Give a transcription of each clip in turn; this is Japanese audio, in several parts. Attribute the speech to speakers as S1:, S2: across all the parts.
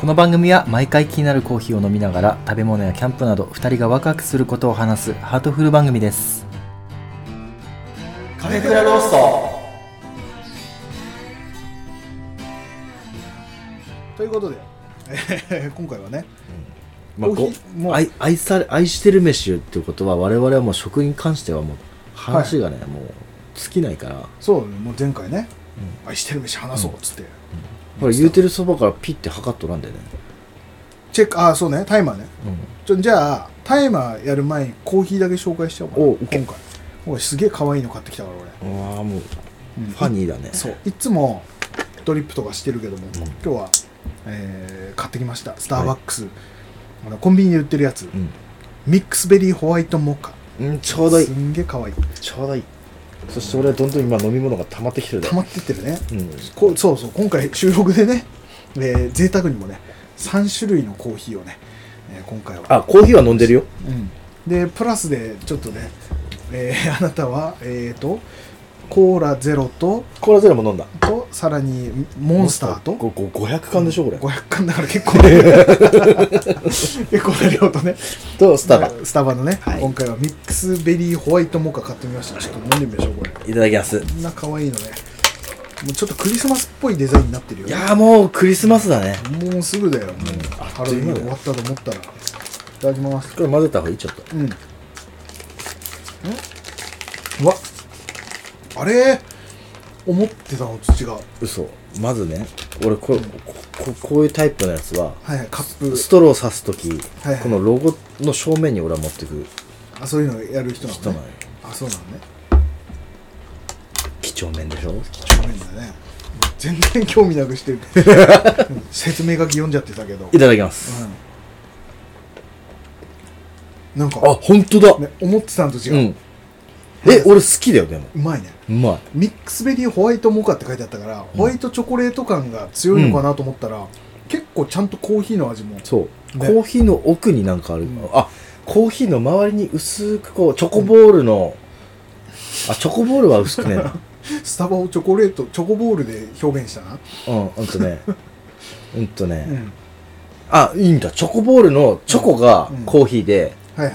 S1: この番組は毎回気になるコーヒーを飲みながら食べ物やキャンプなど2人がワクワクすることを話すハートフル番組です
S2: カフェクラローストということで、えー 今回はね、
S3: まあ、
S2: コー
S3: ご
S2: ヒーもう
S3: 愛愛され愛してる飯っていうことは我々はもう食に関してはもう話がね、もう尽きないから
S2: そうだねもう前回ね、愛してる飯話そうっつって、
S3: ほら言うてるそばからピッて測っとらんでね、
S2: チェックああそうねタイマーねちょじゃあタイマーやる前にコーヒーだけ紹介しちゃおうかな
S3: おう OK
S2: 今回おいすげえ可愛いの買ってきたから俺
S3: うわあもうフ
S2: うん
S3: ァニーだね、
S2: そういつもドリップとかしてるけども、今日は、えー買ってきましたスターバックス、あのコンビニで売ってるやつ、
S3: うん
S2: ミックスベリーホワイトモカ
S3: うん、ちょうどいい
S2: すんげえ可愛い
S3: ちょうどいいそして俺はどんどん今飲み物が溜まってきてるで
S2: 溜まってってるね
S3: うん
S2: こうそうそう今回収録でね、えー、贅沢にもね3種類のコーヒーをね、えー今回は、
S3: あコーヒーは飲んでるよ
S2: うん、でプラスでちょっとね、えー あなたはえっ、とコーラゼロと
S3: コーラゼロも飲んだ
S2: とさらにモンスターと
S3: ごご500缶でしょこれ、
S2: 500缶だから結構ね 結構な量とね
S3: とスタバ
S2: スタバのね、
S3: はい
S2: 今回はミックスベリーホワイトモカ買ってみましたちょっと飲んでみましょうこれこ
S3: いただきます
S2: んな可愛いのねもうちょっとクリスマスっぽいデザインになってるよ
S3: い
S2: ね
S3: やーもうクリスマスだね
S2: もうすぐだよ、もうハロウィーン
S3: あっという間だよ
S2: 終わったと思ったらいただきます
S3: これ混ぜた方がいいちょっと
S2: うんんうわあれ思ってたのと違う
S3: 嘘まずね俺これこここういうタイプのやつは
S2: はいはいカップ
S3: ストロー刺す時、
S2: はいはい
S3: このロゴの正面に俺は持ってく
S2: あそういうのやる人な
S3: 人
S2: の
S3: な
S2: ね
S3: のよ
S2: あそうなのね
S3: 几帳面でしょ
S2: ごめんだね全然興味なくし てるうん説明書き読んじゃってたけど、う
S3: いただきます、
S2: ん、なんか、
S3: あ本当だ、
S2: ね、思ってたのと
S3: う
S2: 違う、
S3: んえ俺好きだよでも
S2: うまいね
S3: うまい
S2: ミックスベリーホワイトモカって書いてあったから、ホワイトチョコレート感が強いのかなと思ったら、結構ちゃんとコーヒーの味も
S3: そう、
S2: ね
S3: コーヒーの奥になんかある、
S2: うん
S3: あコーヒーの周りに薄くこうチョコボールの、あチョコボールは薄くねえな
S2: スタバをチョコレートチョコボールで表現したな、
S3: うんほんとねうんとね、
S2: うん、
S3: あいいんだチョコボールのチョコが
S2: うん
S3: コーヒーで、
S2: はいはい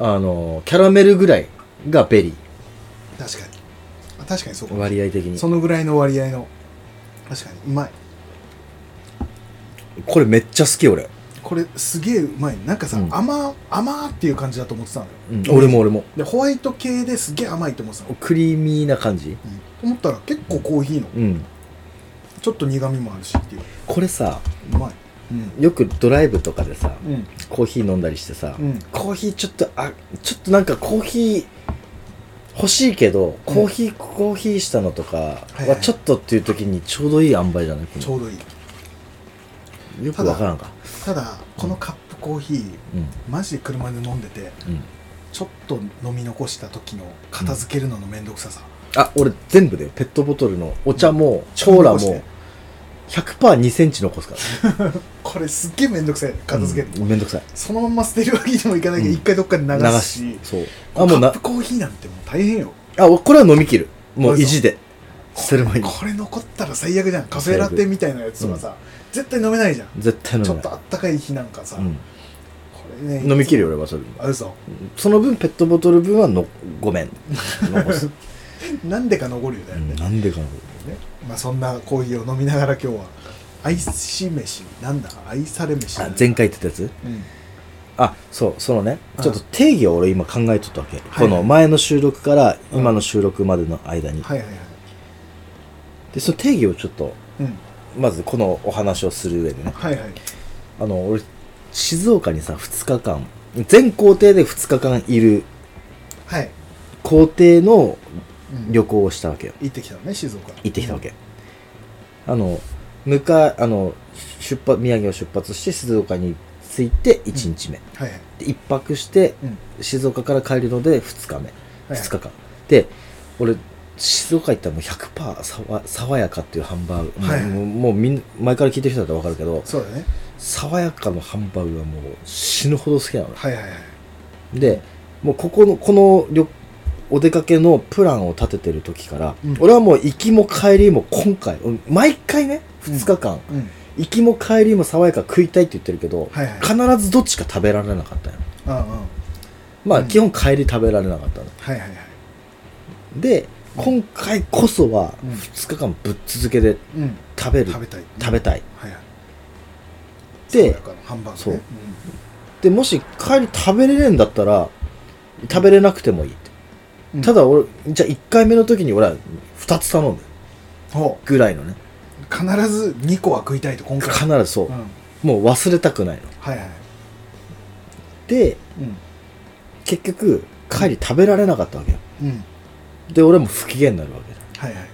S3: あのキャラメルぐらいがベリー
S2: 確かにあ確かにそうか
S3: 割合的に
S2: そのぐらいの割合の確かにうまい
S3: これめっちゃ好き俺、
S2: これすげえうまいなんかさ、
S3: うん
S2: 甘甘っていう感じだと思ってたのよ、
S3: うん俺も俺も
S2: でホワイト系ですげえ甘いと思ってたの、
S3: クリーミーな感じ
S2: うん思ったら結構コーヒーの
S3: うん
S2: ちょっと苦みもあるしっていう
S3: これさ
S2: うまいうん
S3: よくドライブとかでさ
S2: うん
S3: コーヒー飲んだりしてさ、
S2: うん
S3: コーヒーちょっとあちょっとなんかコーヒー欲しいけどコーヒー、コーヒーしたのとか
S2: はいは
S3: はいちょっとっていう時にちょうどいい塩梅じゃないこ
S2: ちょうどいい
S3: のよくわからんか
S2: ただこのカップコーヒー
S3: うん
S2: マジで車で飲んでて
S3: うん
S2: ちょっと飲み残した時の片付けるののめんどくささ、
S3: あ俺全部でペットボトルのお茶もチョーラ
S2: 残して
S3: も 100%2 センチ残すから
S2: これすっげえめんどくさい片付ける、
S3: うんめんどくさい
S2: そのまんま捨てるわけにもいかなきゃ
S3: うん
S2: 一回どっかに流
S3: 流
S2: すし、
S3: しそう
S2: カ
S3: あもう
S2: ッ
S3: な
S2: プコーヒーなんてもう大変よ
S3: あこれは飲み切るもう意地で捨てる前に
S2: これ残ったら最悪じゃんカフェラテみたいなやつとかさ、絶対飲めないじゃん
S3: 絶対飲
S2: ちょ
S3: め
S2: っ
S3: ない
S2: とあったかい日なんかさ、
S3: うん
S2: これね
S3: 飲み切るよ俺はそれ
S2: あ嘘
S3: その分ペットボトル分はのごめん残 す
S2: なんでか残るよ
S3: う
S2: ね、
S3: ん
S2: ね
S3: なんでかな
S2: まあ、そんなコーヒーを飲みながら今日は愛し飯なんだ愛され飯
S3: あ前回言ってたやつ
S2: うん
S3: あそうそのね
S2: うん
S3: ちょっと定義を俺今考えとったわけ、
S2: い
S3: この前の収録から今の収録までの間に、
S2: はいはいはい
S3: でその定義をちょっと
S2: うん
S3: まずこのお話をする上でね
S2: はいはい
S3: あの俺静岡にさ2日間全行程で2日間いる
S2: はい、
S3: 行程の
S2: うん
S3: 旅行をしたわけよ
S2: 行ってきたのね静岡
S3: 行ってきたわけ、あの向かあの出発宮城を出発して静岡に着いて1日目、
S2: はいはい
S3: で1泊して
S2: うん
S3: 静岡から帰るので2日目
S2: はい
S3: 2日間で俺静岡行ったらもう100%さわ爽やかっていうハンバーグ、
S2: はい
S3: もうもうみんな前から聞いてる人だと分かるけど
S2: そうだね
S3: 爽やかのハンバーグがもう死ぬほど好きなのね
S2: はいはいはい
S3: でもうここのこの旅お出かけのプランを立ててる時から、
S2: うん
S3: 俺はもう行きも帰りも今回うん毎回ね2日間
S2: うん
S3: 行きも帰りも爽やか食いたいって言ってるけど、
S2: はいはい
S3: 必ずどっちか食べられなかったよ
S2: うんうんはい
S3: まあ
S2: うん
S3: 基本帰り食べられなかったの
S2: はいはい
S3: で今回こそは
S2: うん
S3: 2日間ぶっ続けで
S2: うん
S3: 食べる、
S2: 食べたい
S3: 食べたい
S2: はいはい爽
S3: で
S2: やかなハンバーグね
S3: そうでもし帰り食べれねえんだったら食べれなくてもいいって、
S2: うん
S3: ただ俺じゃあ1回目の時に俺は2つ頼む
S2: ほう
S3: ぐらいのね
S2: 必ず2個は食いたいと今回
S3: 必ずそう
S2: うん、
S3: もう忘れたくないの
S2: はいはい
S3: で
S2: うん
S3: 結局帰り食べられなかったわけよ
S2: うん
S3: で俺も不機嫌になるわけだ
S2: はいはい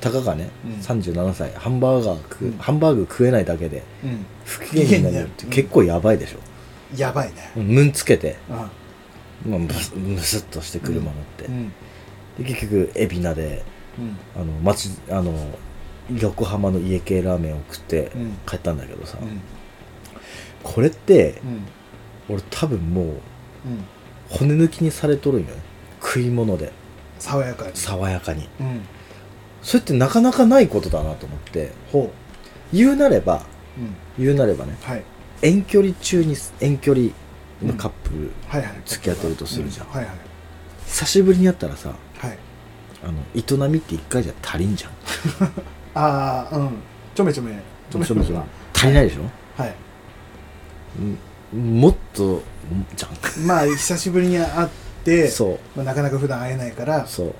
S3: たかがね、
S2: うん
S3: 37歳ハンバーガー食う、
S2: うん
S3: ハンバーグ食えないだけで
S2: うん
S3: 不機嫌になるって結構やばいでしょ、
S2: やばいね
S3: ムンつけて、
S2: うん
S3: まあ、むすむすっとして車乗って、
S2: うん
S3: で結局海老名で
S2: うん
S3: あの町あの横浜の家系ラーメンを食って
S2: うん
S3: 帰ったんだけどさ、
S2: うん
S3: これって
S2: うん
S3: 俺多分もう
S2: うん
S3: 骨抜きにされとるんよね食い物で
S2: 爽やかに
S3: 爽やかに
S2: うん
S3: それってなかなかないことだなと思って
S2: ほ
S3: 言うなれば
S2: ううん
S3: 言うなればね
S2: はい
S3: 遠距離中に遠距離のカップル、
S2: はいはい
S3: 付き合ってるとするじゃん
S2: うはいはい
S3: 久しぶりに会ったらさ
S2: はい
S3: あの営みって一回じゃ足りんじゃん
S2: ああうんちょめちょめちょめちょめは
S3: 足りないでしょ
S2: はい
S3: もっとんじゃん
S2: まあ久しぶりに会って
S3: そう
S2: まあ、なかなか普段会えないから、
S3: そう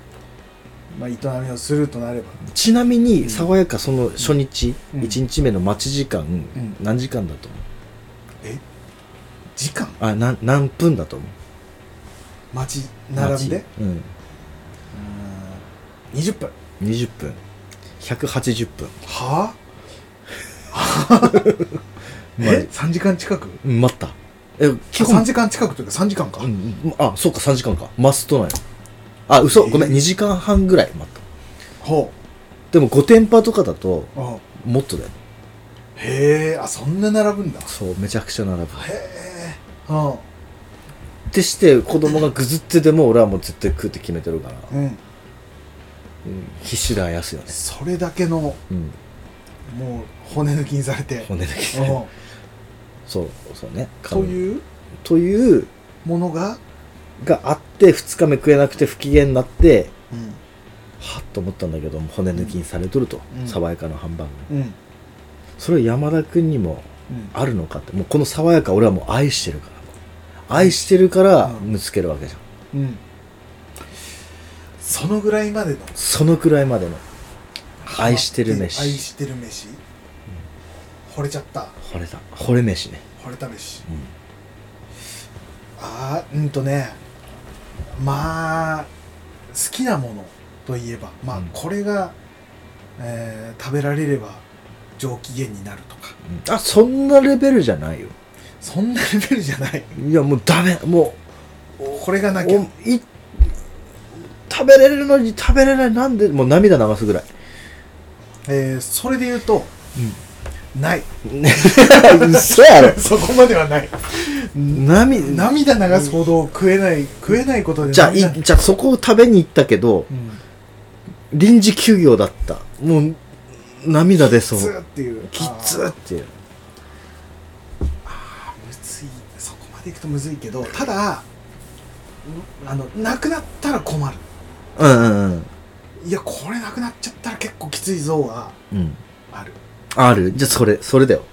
S2: まあ、営みをするとなれば
S3: ちなみに爽やかその初日、
S2: うん
S3: 1日目の待ち時間、
S2: ん
S3: 何時間だと思う
S2: 時間
S3: あなん何分だと思う
S2: 待ち並んで
S3: 待ちうん
S2: うーん20分
S3: 20分180分
S2: は あ、
S3: まあ
S2: え3時間近く
S3: うん待ったえ基
S2: 3
S3: 本
S2: 時間近くというか3時間か、
S3: うん、あそうか3時間かマストなんやあ嘘、ごめん
S2: えー
S3: 2時間半ぐらい待った
S2: ほ
S3: でも5店舗とかだと
S2: うあ
S3: もっとだよ
S2: へえあそんな並ぶんだへ
S3: そうめちゃくちゃ並ぶっ
S2: えうん
S3: てして子供がぐずってでも俺はもう絶対食うって決めてるから、
S2: うん
S3: うん必死であやすよね、
S2: それだけのも
S3: うん、
S2: う骨抜きにされて
S3: 骨だけ
S2: うん
S3: でそうそうね
S2: と
S3: う
S2: いう
S3: という
S2: ものが、
S3: があって2日目食えなくて不機嫌になって
S2: うん
S3: はっと思ったんだけども骨抜きにされとると、
S2: うん
S3: 爽やかなハンバーグ
S2: うん
S3: それは山田君にも
S2: うん、
S3: あるのかってもうこの爽やか俺はもう愛してるから愛してるから
S2: うん
S3: 見つけるわけじゃん、
S2: うん、そのぐらいまでの
S3: そのくらいまでの愛してる飯
S2: 愛してる飯、惚れちゃった
S3: 惚れた惚れ飯ね、
S2: 惚れた飯
S3: うん
S2: ああうんとねまあ好きなものといえばまあ、
S3: うん
S2: これが、えー食べられれば上機嫌になるとか
S3: うんあそんなレベルじゃないよ
S2: そんなレベルじゃない
S3: いやもうダメも
S2: これが
S3: う
S2: なきゃ
S3: おい食べれるのに食べれないなんでもう涙流すぐらい、
S2: えーそれで言うとない
S3: 嘘やろ
S2: そこまではない
S3: 涙
S2: 涙流すほど食えない食えないことで
S3: じゃあ
S2: 涙
S3: いじゃあそこを食べに行ったけど
S2: うん
S3: 臨時休業だったもう涙出そ
S2: きつ
S3: う
S2: ーっていう
S3: きつー
S2: あー
S3: っていう
S2: むずいそこまでいくとむずいけどただんあのなくなったら困る
S3: うんうんうん
S2: いやこれなくなっちゃったら結構きついぞは
S3: うん
S2: ある
S3: あるじゃあそれそれだよ、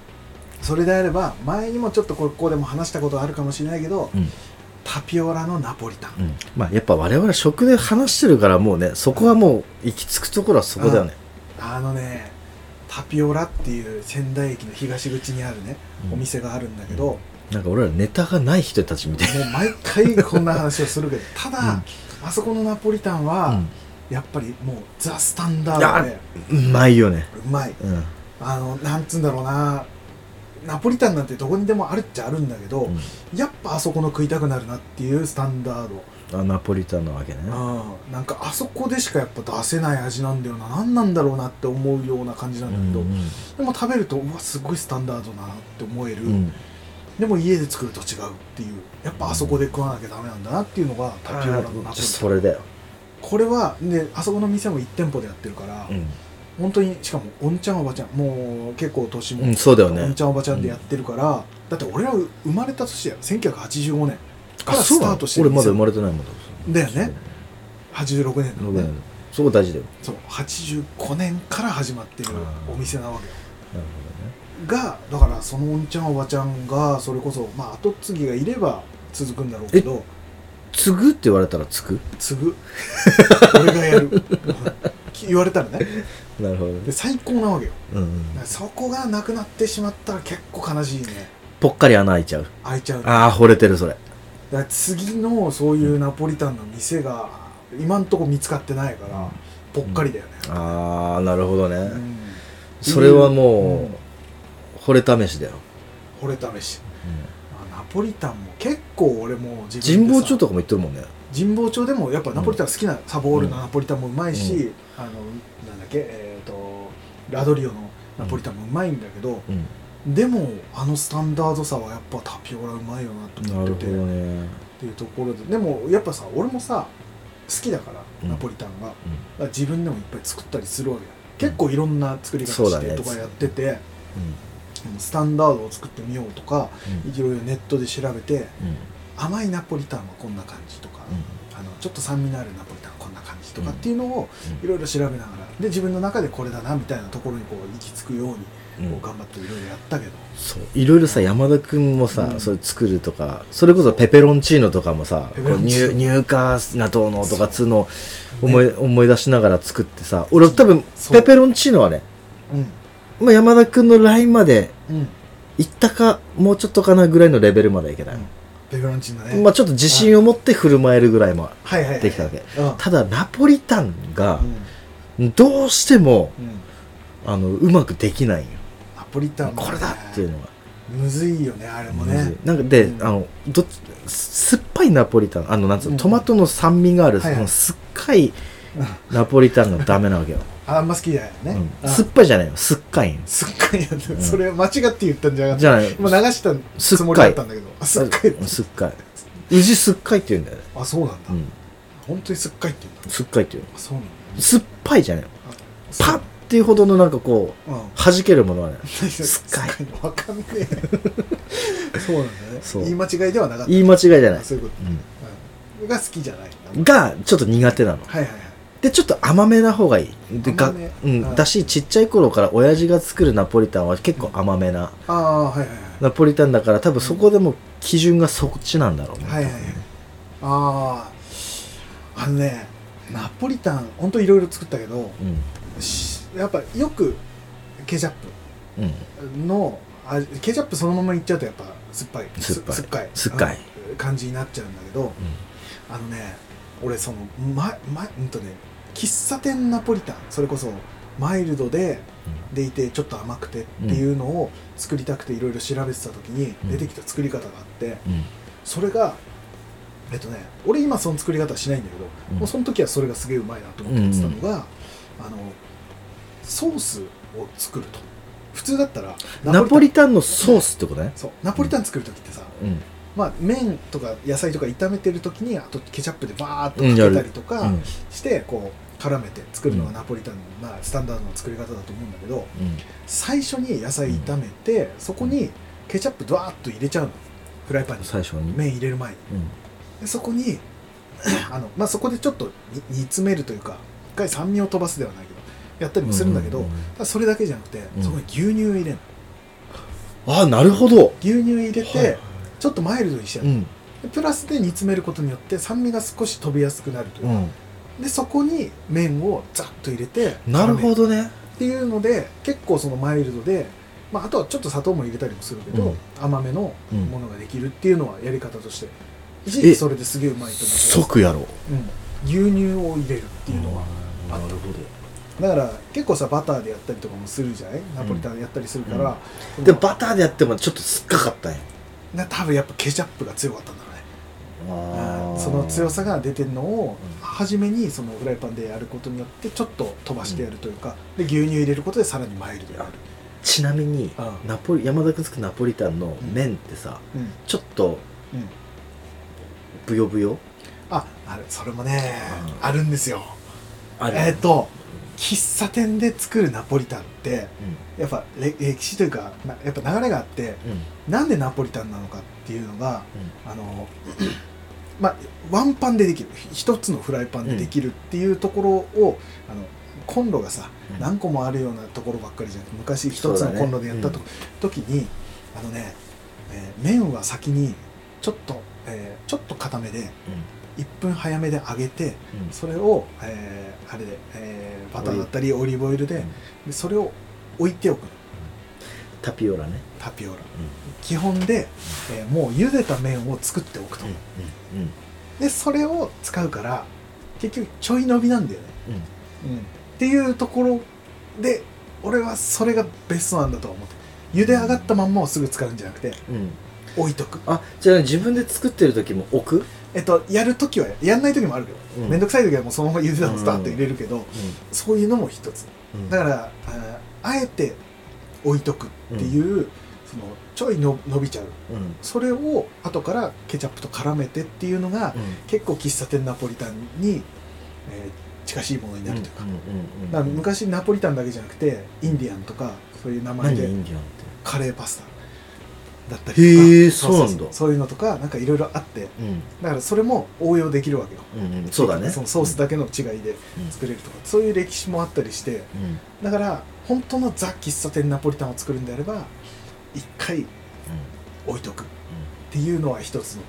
S2: それであれば前にもちょっとここでも話したことあるかもしれないけど、
S3: うん
S2: タピオラのナポリタン、
S3: うん、まあやっぱ我々食で話してるからもうねそこはもう行き着くところはそこだよね、
S2: あのねタピオラっていう仙台駅の東口にあるね、
S3: うん
S2: お店があるんだけど、も
S3: なんか俺らネタがない人たちみたいう
S2: 毎回こんな話をするけどただ、
S3: うん
S2: あそこのナポリタン
S3: な、
S2: は、やっぱりもうザ・スタンダードで
S3: うんうまいよね
S2: うまい
S3: うん
S2: あのなんつうんだろうなナポリタンなんてどこにでもあるっちゃあるんだけど、
S3: うん
S2: やっぱあそこの食いたくなるなっていうスタンダード、
S3: あナポリタンなわけね
S2: うん、なんかあそこでしかやっぱ出せない味なんだよな何なんだろうなって思うような感じなんだけど、
S3: うん
S2: でも食べるとうわすごいスタンダードだなって思える、
S3: うん
S2: でも家で作ると違うっていうやっぱあそこで食わなきゃダメなんだなっていうのがタピオラのナポリタン
S3: それだよ、
S2: これはねあそこの店も1店舗でやってるから、
S3: うん
S2: 本当にしかもおんちゃんおばちゃんもう結構年も、
S3: うん、そうだよ
S2: おん
S3: ね
S2: ちゃんおばちゃんでやってるから、だって俺ら生まれた年や1985年からス
S3: うな
S2: ター
S3: の
S2: トして
S3: 俺
S2: るんで
S3: ますだ
S2: よ
S3: 生まれてないもんだ
S2: だよね86年な
S3: そ
S2: の
S3: う
S2: ね、
S3: そこ大事だよ
S2: そう85年から始まってるお店なわけよ
S3: なる
S2: がだからそのおんちゃんおばちゃんがそれこそまあ後継ぎがいれば続くんだろうけど
S3: 継ぐって言われたら継ぐ
S2: 継ぐ俺がやる うん言われたらね
S3: なるほどね
S2: で最高なわけよ
S3: うんうん
S2: だからそこがなくなってしまったら結構悲しいね
S3: ぽっかり穴開いちゃう
S2: 開いちゃうだか
S3: ああ惚れてるそれ
S2: ら次のそういうナポリタンの店が今んとこ見つかってないからぽっかりだよね、
S3: ああなるほどね、
S2: うん
S3: それはもう、
S2: うん
S3: 惚れ試しだよ、
S2: 惚れた飯まあナポリタンも結構俺も自
S3: 神
S2: 分で
S3: 保
S2: さ
S3: 町とかも行ってるもんね
S2: 神保町でもやっぱナポリタン好きなサボールのナポリタンもうまいし、
S3: う
S2: あのなんだっけえっ、とラドリオのナポリタンもうまいんだけど、
S3: うん
S2: でもあのスタンダードさはやっぱタピオラうまいよなと
S3: な
S2: 思
S3: る
S2: っ
S3: ほ
S2: て
S3: ど
S2: て、っ
S3: ね
S2: ていうところででもやっぱさ俺もさ好きだから、
S3: うん
S2: ナポリタンがだから自分でもいっぱい作ったりするわけだ結構いろんな作り
S3: そ
S2: 方
S3: うだ
S2: し
S3: ね
S2: てとかやってて、スタンダードを作ってみようとか
S3: うん
S2: いろいろネットで調べて
S3: うんうん
S2: 甘いナポリタンはこんな感じとか、あのちょっと酸味のあるナポリタンこんな感じとかっていうのを
S3: うん
S2: いろいろ調べながらで自分の中でこれだなみたいなところにこう行き着くように
S3: うん
S2: こう頑張っていろいろやったけど、
S3: そういろいろさ山田君もさ、
S2: うん
S3: それ作るとかそれこそペペロンチーノとかもさ
S2: ペペロンチーノ
S3: こう乳乳化ナトーのとかつうの
S2: そう
S3: 思い,、思い出しながら作ってさ俺多分
S2: そう
S3: ペペロンチーノはね、まあ、山田君のラインまで
S2: うんうん
S3: 行ったかもうちょっとかなぐらいのレベルまではいけない、
S2: ペペロンチーノね、
S3: まあ、ちょっと自信を持って振る舞えるぐらいも
S2: はいはいはい
S3: できたわけ
S2: うん
S3: ただナポリタンが
S2: うん
S3: どうしても
S2: うん
S3: あのうまくできないよ
S2: ナポリタン、ね、
S3: これだっていうのが
S2: むずいよねあれも
S3: むず
S2: ね
S3: いなんかで、
S2: うん
S3: あのどっち酸っぱいナポリタンあのなんつう
S2: う
S3: の
S2: ん
S3: トマトの酸味がある、
S2: はいはい
S3: その酸っかいナポリタンがダメなわけよ、
S2: あんま好きじゃないよね、
S3: うん
S2: あ
S3: 酸っぱいじゃないよ酸っかいん
S2: すっかりやって、
S3: うん
S2: それ間違って言ったんじゃなかった
S3: じゃない
S2: もう流したつもりだったんだけどあすっかり
S3: 酸っかい宇治酸っかいって言うんだよね、
S2: あそうなんだ、
S3: うん、
S2: 本当にすっかりって言うんだ
S3: 酸っかいって言う
S2: あそうなんだ
S3: の酸っぱいじゃないよ
S2: あ
S3: パッっていうほどのなんかこう
S2: うん
S3: 弾けるものはね
S2: すっかいわかんね えそうなんだね
S3: そう
S2: 言い間違いではなかった
S3: 言い間違いじゃない
S2: あ、そういうこ
S3: う
S2: と、うん、が好きじゃないん
S3: ん、
S2: だ
S3: がちょっと苦手なの
S2: はいはいはい
S3: でちょっと甘めな方がいいでが、
S2: 甘め
S3: うん
S2: うん
S3: だしちっちゃい頃から親父が作るナポリタンは結構甘めな、
S2: ああはいはい
S3: ナポリタンだから多分そこでも基準がそっちなんだろうね、
S2: はいはいはいはいあああのねナポリタン本当いろいろ作ったけどしやっぱよくケチャッ
S3: うんうん
S2: プのあケチャップそのままいっちゃうとやっぱ酸っぱい
S3: 酸っぱい
S2: すっかい
S3: 酸っかい
S2: うん感じになっちゃうんだけどあのね俺そのままうんとね喫茶店ナポリタンそれこそマイルドででいてちょっと甘くてっていうのを作りたくていろいろ調べてた時に
S3: うん
S2: 出てきた作り方があって
S3: うん
S2: それがえっとね俺今その作り方はしないんだけど、
S3: うん
S2: もうその時はそれがすげえうまいなと思ってやってたのが、あのソースを作ると普通だったら
S3: うんナポリ
S2: タン
S3: タンのソースってことね
S2: そうナポリタン作る時ってさ、
S3: うん
S2: まあ、麺とか野菜とか炒めてる時にあとケチャップでバーっと
S3: うんや
S2: か
S3: る
S2: けたりとか
S3: うん
S2: してこう絡めて作るのが
S3: うん
S2: ナポリタンの、まあ、スタンダードの作り方だと思うんだけど
S3: うん
S2: 最初に野菜炒めてそこにケチャップドワーッと入れちゃうのフライパンに
S3: 最初に
S2: 麺入れる前に
S3: うん
S2: でそこに あの、まあ、そこでちょっと煮煮詰めるというか一回酸味を飛ばすではないけどやったりもするんだけど、
S3: うんうんうんうん
S2: ただそれだけじゃなくて、
S3: うん
S2: そこに牛乳を入れる
S3: ああなるほど
S2: 牛乳入れて、
S3: はい
S2: ちょっとマイルドにしてや
S3: う
S2: る、
S3: ん
S2: でプラスで煮詰めることによって酸味が少し飛びやすくなるというう、
S3: ん
S2: でそこに麺をざっと入れて
S3: なるほ
S2: ど
S3: どね
S2: っていうので結構そのマイルドで、まあ、あとはちょっと砂糖も入れたりもするけど、
S3: うん
S2: 甘めのものができるっていうのはやり方として一時
S3: え
S2: 期それですげえうまいと思った
S3: 即やろうっ
S2: うん、牛乳を入れるっていうのは
S3: なるほ
S2: だから結構さバターでやったりとかもするじゃないナポリタンでやったりするから、
S3: どでバターでやってもちょっと酸っかかったんや
S2: な多分やっぱケチャップが強かったんだろうねうんその強さが出てるのを
S3: うん
S2: 初めにそのフライパンでやることによってちょっと飛ばしてやるというか、で牛乳入れることでさらにマイルドになる、
S3: ちなみに
S2: うん
S3: ナポリ山田君作るナポリタンの麺ってさ
S2: うん
S3: ちょっと
S2: うん、
S3: ブヨブヨ
S2: ああれそれもね
S3: うん
S2: あるんですよ
S3: あ
S2: えっ、と喫茶店で作るナポリタンってやっぱれ歴史というかなやっぱ流れがあってなんでナポリタンなのかっていうのが、あの まあワンパンでできるひ一つのフライパンでできるっていうところを、あのコンロがさ、
S3: うん
S2: 何個もあるようなところばっかりじゃなくて昔一
S3: そう
S2: つ
S3: だ
S2: の
S3: ね
S2: コンロでやったと、
S3: う
S2: 時にあのね、えー麺は先にちょっと、えーちょっと固めで1分早めで揚げてそれを、えーあれで、えーバターだったりオリーブオイルで,、
S3: うん
S2: でそれを置いておくの
S3: タピオラね
S2: タピオラ基本で、えーもう茹でた麺を作っておくと、でそれを使うから結局ちょい伸びなんだよね、うんっていうところで俺はそれがベストなんだとは思って茹で上がったまんまをすぐ使うんじゃなくて置いとく
S3: あじゃあ自分で作ってる時も置く
S2: えっとやるときはやんないときもあるけど
S3: うん
S2: 面倒、くさいときはもうそのまま茹でたのスターッと入れるけど、そういうのも一つだからあーあえて置いとくっていう、そのちょいの伸びちゃうそれを後からケチャップと絡めてっていうのが、結構喫茶店ナポリタンに、えー近しいものになるというか,、だから昔ナポリタンだけじゃなくてインディアンとかそういう名前
S3: 何イ
S2: で
S3: ンディアンっ
S2: カレーパスタだったりとか
S3: へーそうなんだ
S2: そうそういうのとかなんかいろいろあってだからそれも応用できるわけよ
S3: てそうだね
S2: そのソースだけの違いで作れるとか、そういう歴史もあったりしてだから本当のザ喫茶店ナポリタンを作るんであれば一回置いとくっていうのは一つの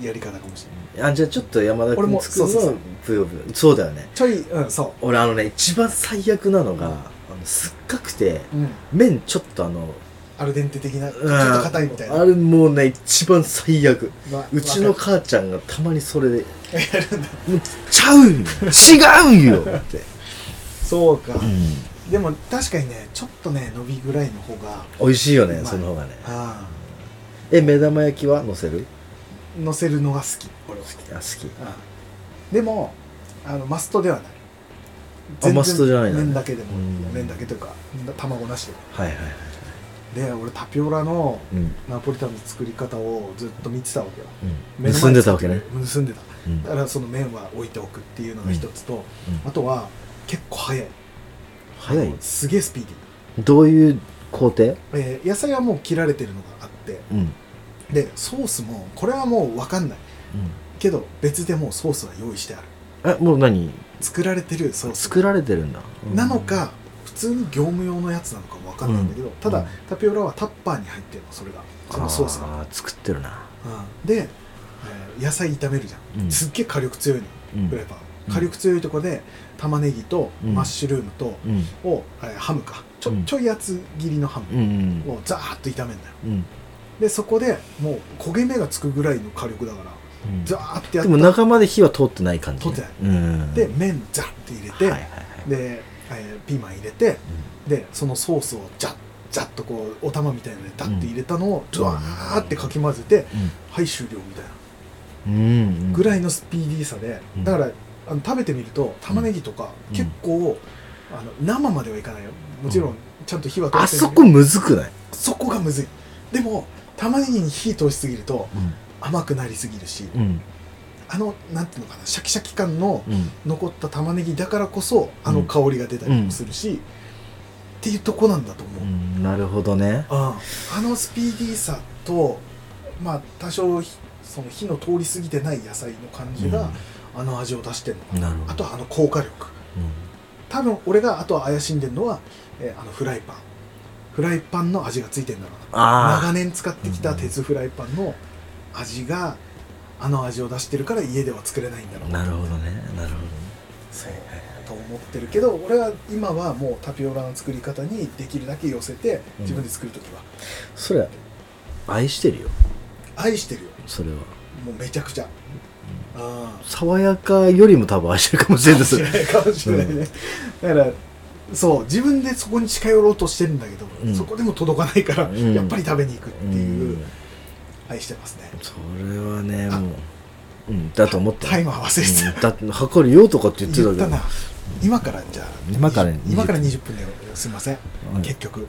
S2: やり方かもしれない
S3: あじゃあちょっと山田
S2: 俺
S3: 君
S2: も
S3: 作る
S2: そうそうそ
S3: の
S2: う
S3: ブヨブヨそうだよね
S2: ちょいうんそ
S3: 俺あのね一番最悪なのが、あの酸っぱくて
S2: う、うん、
S3: 麺ちょっとあの
S2: アルデンテ的なちょっ
S3: う
S2: と
S3: ん
S2: 硬いみたいな
S3: あれもうね一番最悪
S2: ま
S3: うちの
S2: わか
S3: 母ちゃんがたまにそれで
S2: るやるんだ
S3: 「もうちゃうんよ違うん よ」って、
S2: そうか、
S3: うん、
S2: でも確かにねちょっとね伸びぐらいの方が
S3: 美味しいよね、
S2: うまい
S3: その方がね
S2: あ
S3: え目玉焼きはのせる
S2: ー乗せるのが好き俺は
S3: あ好き
S2: あーでもあのマストではない
S3: あマストじゃないんだね
S2: 麺だけでも
S3: うん
S2: 麺だけというか卵なし
S3: はいはいはい、
S2: でで俺タピオラの
S3: うん
S2: ナポリタンの作り方をずっと見てたわけよ
S3: う
S2: 目
S3: ん、
S2: の前
S3: 盗んでたわけね、
S2: 盗んでた
S3: うん
S2: だからその麺は置いておくっていうのが一つと、
S3: うん
S2: あとは結構早い
S3: 早い
S2: すげえスピーディー
S3: どういう工程、
S2: えー野菜はもう切られてるのがあって
S3: うん
S2: でソースもこれはもう分かんないけど別でもうソースは用意してある
S3: えもう何
S2: 作られてるソース
S3: 作られてるんだ、うん
S2: なのか普通に業務用のやつなのかも分かんないんだけど、
S3: うん
S2: た
S3: うん
S2: だタピオラはタッパーに入ってるのそれがそのソースが、
S3: あ作ってるな、
S2: うんで、えー野菜炒めるじゃん、
S3: うん
S2: すっげえ火力強いの
S3: うん
S2: フライパン、
S3: うん
S2: 火力強いとこで玉ねぎと
S3: うん
S2: マッシュルームと、
S3: うん
S2: を、えーハムかちょ,、
S3: うん
S2: ちょい厚切りのハ
S3: うんう
S2: ム
S3: ん
S2: をザーッと炒めるんだよ
S3: うん
S2: でそこでもう焦げ目がつくぐらいの火力だから
S3: うん
S2: ザーッてや
S3: で
S2: っ
S3: も
S2: て
S3: 中まで火は通ってない感じ
S2: 通ってない
S3: うん
S2: で麺ザッて入れて、
S3: はいはいはい
S2: で、えーピーマン入れて、でそのソースをジャッジャッとこうお玉みたいなのでダッて入れたのをドワーってかき混ぜて、はい終了みたいな
S3: うんうん
S2: ぐ
S3: い
S2: らいのスピーディーさで、
S3: うん
S2: だからあの食べてみると玉ねぎとか
S3: うん
S2: 結構、あの生まではいかないよもちろんちゃんと火は通
S3: あ
S2: ってる
S3: そこむずくない
S2: そこがむずいでも玉ねぎに火通しすぎると甘くなりすぎるし、
S3: うん
S2: あのなんていうのかなシャキシャキ感の
S3: うん
S2: 残った玉ねぎだからこそあの香りが出たりもするし、っていうとこなんだと思う、
S3: うんなるほどね
S2: ああのスピーディーさとまあ多少ひその火の通り過ぎてない野菜の感じが、あの味を出してるのか
S3: うんなる
S2: なあ
S3: ほど
S2: とはあの効果力多分俺があとは怪しんでるのは、えーあのフライパンフライパンの味がついてるんだろう
S3: あ
S2: な長年使ってきた鉄フライパンの味があの味を出してるから家では作れないんだろ
S3: あ
S2: う
S3: なるほどねなるほどね
S2: そうと思ってるけど俺は今はもうタピオラの作り方にできるだけ寄せて
S3: うん
S2: 自分で作るときは
S3: それ愛してるよ
S2: 愛してるよ
S3: それは
S2: もうめちゃくちゃ、あ
S3: 爽やかよりも多分愛してるかもしれない です
S2: あないかもしれないね、だからそう自分でそこに近寄ろうとしてるんだけど、
S3: うん
S2: そこでも届かないから、
S3: うん
S2: やっぱり食べに行くって
S3: う
S2: いう、
S3: ん
S2: 愛してますね
S3: それはね
S2: あ
S3: もううんだと思った
S2: タイマー忘れてた、
S3: うんだって測るよとかって言ってた
S2: 言
S3: け
S2: った
S3: ど
S2: な今からじゃあ
S3: 今から20
S2: 今から20分ですいません、
S3: うん
S2: 結局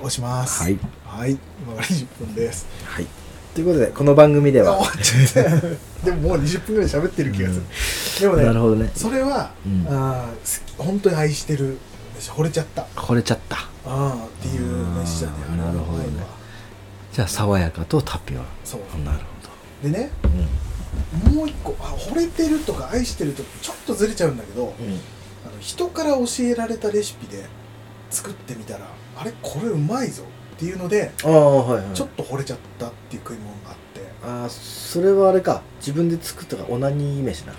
S2: 押します
S3: はい
S2: はい今から20分です
S3: はいということでこの番組では
S2: 終わっちゃったでももう20分ぐらい喋ってる気がする、でも
S3: な
S2: ね
S3: るほどね
S2: それは、
S3: うん
S2: あー好き本当に愛してる飯惚れちゃった
S1: 惚れちゃった
S2: ああっていう飯じゃね
S1: あー
S2: あれは
S1: なるほどね
S2: うまいわ
S1: じゃあ爽やかとタピオ
S2: そう
S1: ラなる
S2: でね
S1: ほど
S2: もう一個あ惚れてるとか愛してるとちょっとずれちゃうんだけど、
S1: うん、うん、
S2: あの人から教えられたレシピで作ってみたらあれこれうまいぞっていうので、
S3: ああはい、はい、
S2: ちょっと惚れちゃったっていう食い物があってっ
S3: ああそれはあれか自分で作ったからオナニー飯な、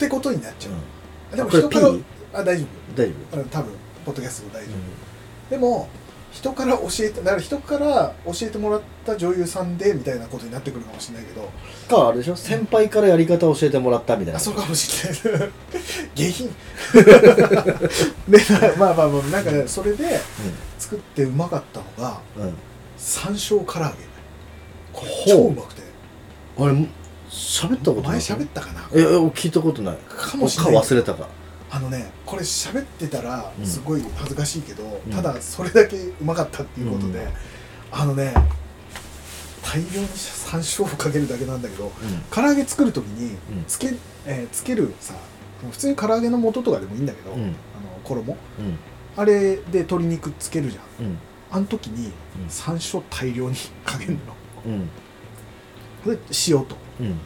S2: てことになっちゃう、
S3: う
S2: でも
S3: これ
S2: 人から
S3: ピー
S2: あ大丈
S3: ん、大丈
S2: 夫うん多分ポッドキャスト大丈夫、
S3: 夫、
S2: でも人から教えてだから人から教えてもらった女優さんでみたいなことになってくるかもしれないけど
S3: かあれでしょ先輩からやり方を教えてもらったみたい
S2: あ
S3: な
S2: そうかもしれない下品 でまあまあまあなんかそれで作ってうまかったのが
S3: うん、うん、
S2: 山椒唐揚げこれ
S3: ほう
S2: 超うまくて
S3: あれ喋ったことない
S2: 前喋ったかな
S3: ええ聞いたことない
S2: かもしれない
S3: か忘れたか
S2: あのねこれ喋ってたら
S3: うん
S2: すごい恥ずかしいけど、
S3: うん
S2: ただそれだけうまかったっていうことで、
S3: うん
S2: あのね大量に山椒をかけるだけなんだけど
S3: うん
S2: 唐揚げ作る時に
S3: うん
S2: つけ,、えーつけるさ普通に唐揚げの素とかでもいいんだけど、
S3: うん
S2: あの衣
S3: うん
S2: あれで鶏肉つけるじゃん
S3: うん
S2: あの時に
S3: うん
S2: 山椒大量にかけるの
S3: うん
S2: で塩と
S3: うん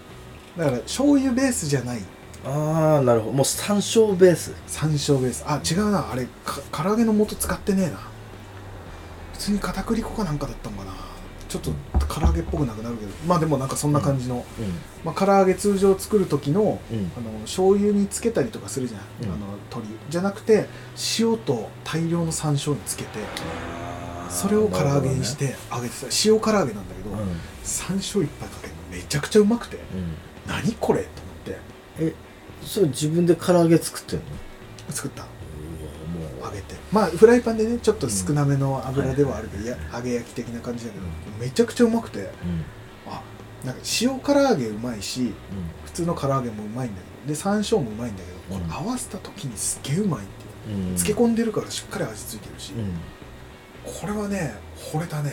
S2: だから醤油ベースじゃない
S3: ああなるほどもう山椒ベース
S2: 山椒ベースあ違うなあれか唐揚げの素使ってねえな普通に片栗粉かなんかだったのかなちょっと唐揚げっぽくなくなるけどまあでもなんかそんな感じの、
S3: う
S2: まあ、唐揚げ通常作る時の
S3: んうん
S2: あの醤油につけたりとかするじゃん、
S3: うん
S2: あの鶏じゃなくて塩と大量の山椒につけてそれを唐揚げにして揚げてた、塩唐揚げなんだけど、
S3: うんうん
S2: 山椒いっぱいかけるのめちゃくちゃうまくて何これと思って
S3: それ自分で唐揚げ作ってんの
S2: 作った
S3: う
S2: 揚げてまあフライパンでねちょっと少なめの油ではあるけど、や揚げ焼き的な感じだけど、めちゃくちゃうまくて
S3: うん
S2: あなんか塩唐揚げうまいし
S3: うん
S2: 普通の唐揚げもうまいんだけどで山椒もうまいんだけどこ
S3: うん
S2: れ合わせた時にすげえうまいっていう、
S3: うん
S2: 漬け込んでるからしっかり味ついてるし、
S3: うん
S2: これはね惚れたね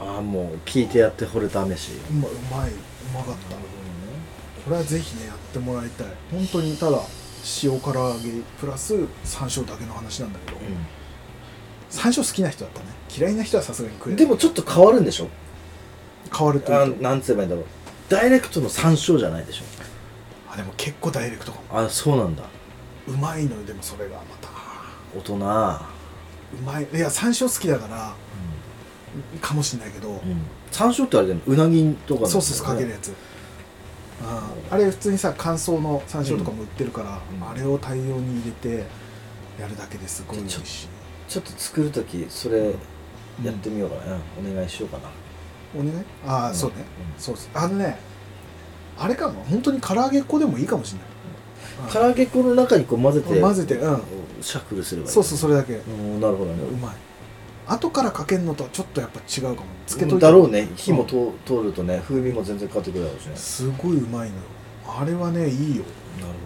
S3: ああもう聞いてやって惚れた飯
S2: うまうまいうまかった、これはぜひねやってもらいたい本当にただ塩唐揚げプラス山椒だけの話なんだけど、山椒好きな人だったらね嫌いな人はさすがに食え
S3: うん
S2: ない
S3: でもちょっと変わるんでしょ
S2: 変わると
S3: あ
S2: いうと
S3: なんつえばいいんだろうダイレクトの山椒じゃないでしょ
S2: あでも結構ダイレクトかも
S3: あそうなんだ
S2: うまいのよでもそれがまた
S3: 大人う
S2: うまいいや山椒好きだからかもしれないけど、
S3: ん山椒ってあれだよねうなぎとかの
S2: ソースかけるやつ、あーあれ普通にさ乾燥の山椒とかも売ってるから、
S3: うん
S2: あれを大量に入れてやるだけですごい美味しい
S3: ちょっと作るときそれやってみようかな、うんお願いしようかな
S2: お願いああ、
S3: うん
S2: そうね、
S3: うん
S2: そうですあのねあれかも本当に唐揚げ粉でもいいかもしれない、
S3: 唐揚げ粉の中にこう混ぜて
S2: 混ぜてうん
S3: シャッフルすればいい
S2: そうそうそれだけ、う
S3: うんなるほどね
S2: まい後からかけるのとはちょっとやっぱ違うかもつけとい
S3: うん
S2: た
S3: だ
S2: ら
S3: ろうね火もと通るとね風味も全然変わってくるだろうしね
S2: すごいうまいのよあれはねいいよ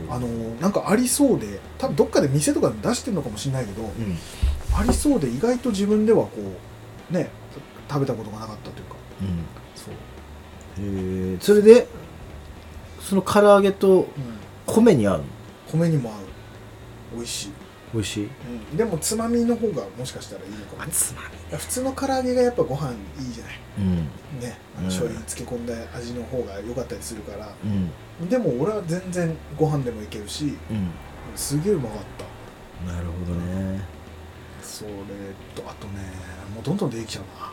S3: なる
S2: あのなんかありそうで多分どっかで店とかで出してるのかもしれないけど、
S3: うん
S2: ありそうで意外と自分ではこうね食べたことがなかったというかそう、
S3: うんへえそれでその唐揚げと
S2: うん
S3: 米に合うの
S2: 米にも合う美味しい、
S3: 美味しい
S2: うん、でもつまみの方がもしかしたらいいのかもね
S1: つまみ
S2: いや普通の唐揚げがやっぱご飯いいじゃない
S3: うん
S2: ねあ
S3: うん
S2: の醤油に漬け込んだ味の方が良かったりするから
S3: うん
S2: でも俺は全然ご飯でもいけるし
S3: うん
S2: すげえうまかった
S3: なるほどね
S2: それとあとねもうどんどん出てきちゃうな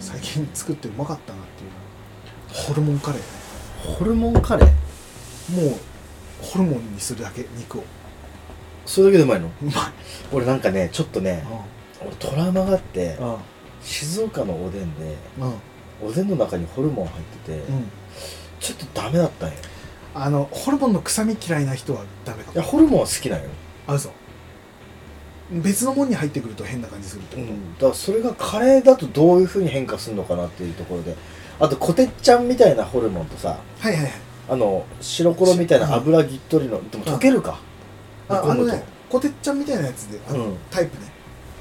S2: 最近作ってうまかったなっていうのはホルモンカレーね
S3: ホルモンカレー
S2: もうホルモンにするだけ肉をう
S3: それだけでうまいの
S2: まい
S3: 俺なんかねちょっとね俺トラウマがあって
S2: うん
S3: 静岡のおでんで
S2: うん
S3: おでんの中にホルモン入ってて、
S2: うん
S3: ちょっとダメだったんよ
S2: あのホルモンの臭み嫌いな人はダメか
S3: いや
S2: も
S3: ホルモンは好きなんよ、
S2: あそう別のもんに入ってくると変な感じするって
S3: う
S2: こと、
S3: ん、だからそれがカレーだとどういうふうに変化するのかなっていうところであとこてっちゃんみたいなホルモンとさ
S2: はいはいはい
S3: あの白黒みたいな油ぎっとりのでも溶けるか、
S2: あ
S3: 煮
S2: あ
S3: 込
S2: の
S3: むと
S2: ねこてっちゃんみたいなやつであの、
S3: うん
S2: タイプね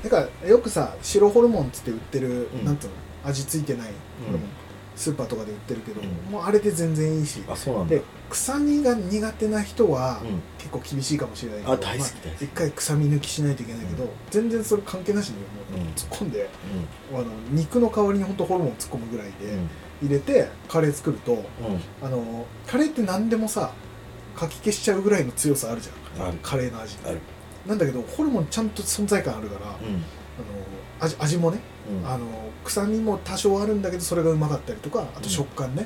S2: だからよくさ白ホルモンっつって売ってる、
S3: うん
S2: なんつうの味付いてないホルモン、スーパーとかで売ってるけど、
S3: うん
S2: もうあれで全然いいし
S3: あそうなんだ
S2: で臭みが苦手な人は
S3: うん
S2: 結構厳しいかもしれないけど、
S3: あ大好き
S2: ま
S3: 大好
S2: あ
S3: き
S2: 一回臭み抜きしないといけないけど、
S3: うん
S2: 全然それ関係なしにもううん突っ込んで、
S3: うん
S2: あの肉の代わりに本当ホルモン突っ込むぐらいで入れてカレー作ると
S3: うんうん
S2: あのカレーって何でもさかき消しちゃうぐらいの強さあるじゃん
S3: ある
S2: カレーの味
S3: ある
S2: なんだけどホルモンちゃんと存在感あるから、あの
S3: うん
S2: 味味もね、
S3: うん
S2: あの臭みも多少あるんだけどそれがうまかったりとかあ
S3: う
S2: と
S3: ん
S2: 食感ね、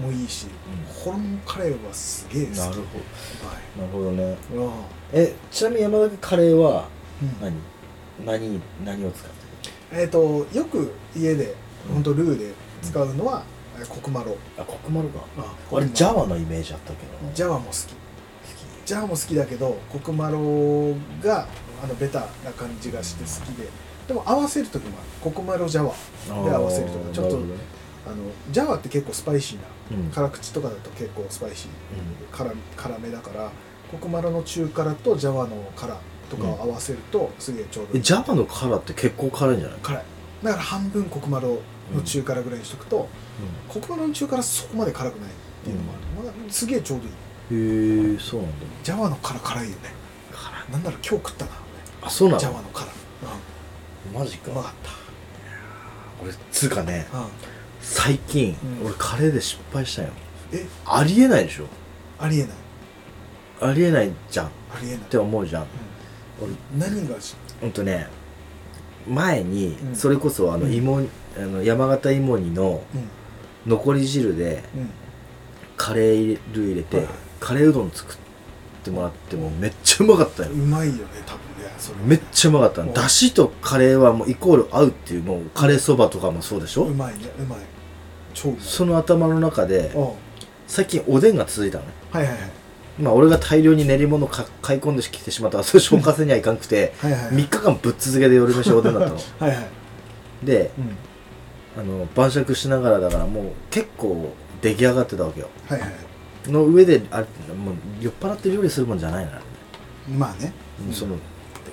S3: うん
S2: もういいし、ホルモンカレーはすげえ好き
S3: なる
S2: は
S3: ほどなるほどね
S2: いうん
S3: えちなみに山田君カレーは
S2: うん
S3: 何何何を使って
S2: えっ、とよく家で
S3: うん
S2: 本当ルーで使うのは、えコクマロ
S3: るあコクマルか
S2: あ
S3: あれジャワのイメージあったけどな
S2: ジャワも好きジャワも好きだけどコクマロがあのベタな感じがして好きででも合わせる時もあるコクマロジャワ
S3: あー
S2: で合わせるとかちょっと
S3: なるほどね
S2: あのジャワって結構スパイシーな
S3: うん
S2: 辛口とかだと結構スパイシー辛辛めだからコクマロの中辛とジャワの辛とかを合わせるとすげえちょうど
S3: え
S2: いい
S3: ジャワのカラーって結構辛いんじゃない
S2: 辛いだから半分コクマロの中辛ぐらいにしとくと、コクマロの中辛そこまで辛くないっていうのもある、まあすげえちょうどいい
S3: へえそうなんだ
S2: ジャワの辛辛いよね
S3: 辛
S2: なんなら今日食ったな
S3: あそうな
S2: ジャ
S3: の
S2: ワの辛
S3: マジ
S2: う
S3: か
S2: んうまかっ
S3: 俺つうかね
S2: た、うん、
S3: 最近、
S2: うん
S3: 俺カレーで失敗したよ
S2: え
S3: ありえないでしょ
S2: ありえない
S3: ありえないじゃんっ
S2: ありえない、
S3: て思うじゃん俺
S2: うん、何がし
S3: ほんとね前に、
S2: うん
S3: それこそあの
S2: うん
S3: 芋、あの山形芋煮の
S2: うん
S3: 残り汁で
S2: うん
S3: カレールー入れて、
S2: はい
S3: カレーうどん作ってもらってもめっちゃうまかったよ
S2: うまいよね多分ねそれ
S3: めっちゃうまかった
S2: うん
S3: のだしとカレーはもうイコール合うっていうもうカレーそばとかもそうでしょ、
S2: うまいねうまい超うまい
S3: その頭の中で
S2: うんはい
S3: 最近おでんが続いたのね
S2: はいはい
S3: まあ俺が大量に練り物をか買い込んできてし まったからそれ消化せにはいかんくて
S2: はいはい
S3: 3日間ぶっ続けで夜飯おでんだったの
S2: はいはい
S3: で
S2: うん
S3: あの晩酌しながらだからもう結構出来上がってたわけよ
S2: はいはい
S3: の上であれもう酔っ払って料理するもんじゃないな、
S2: まあねうん
S3: その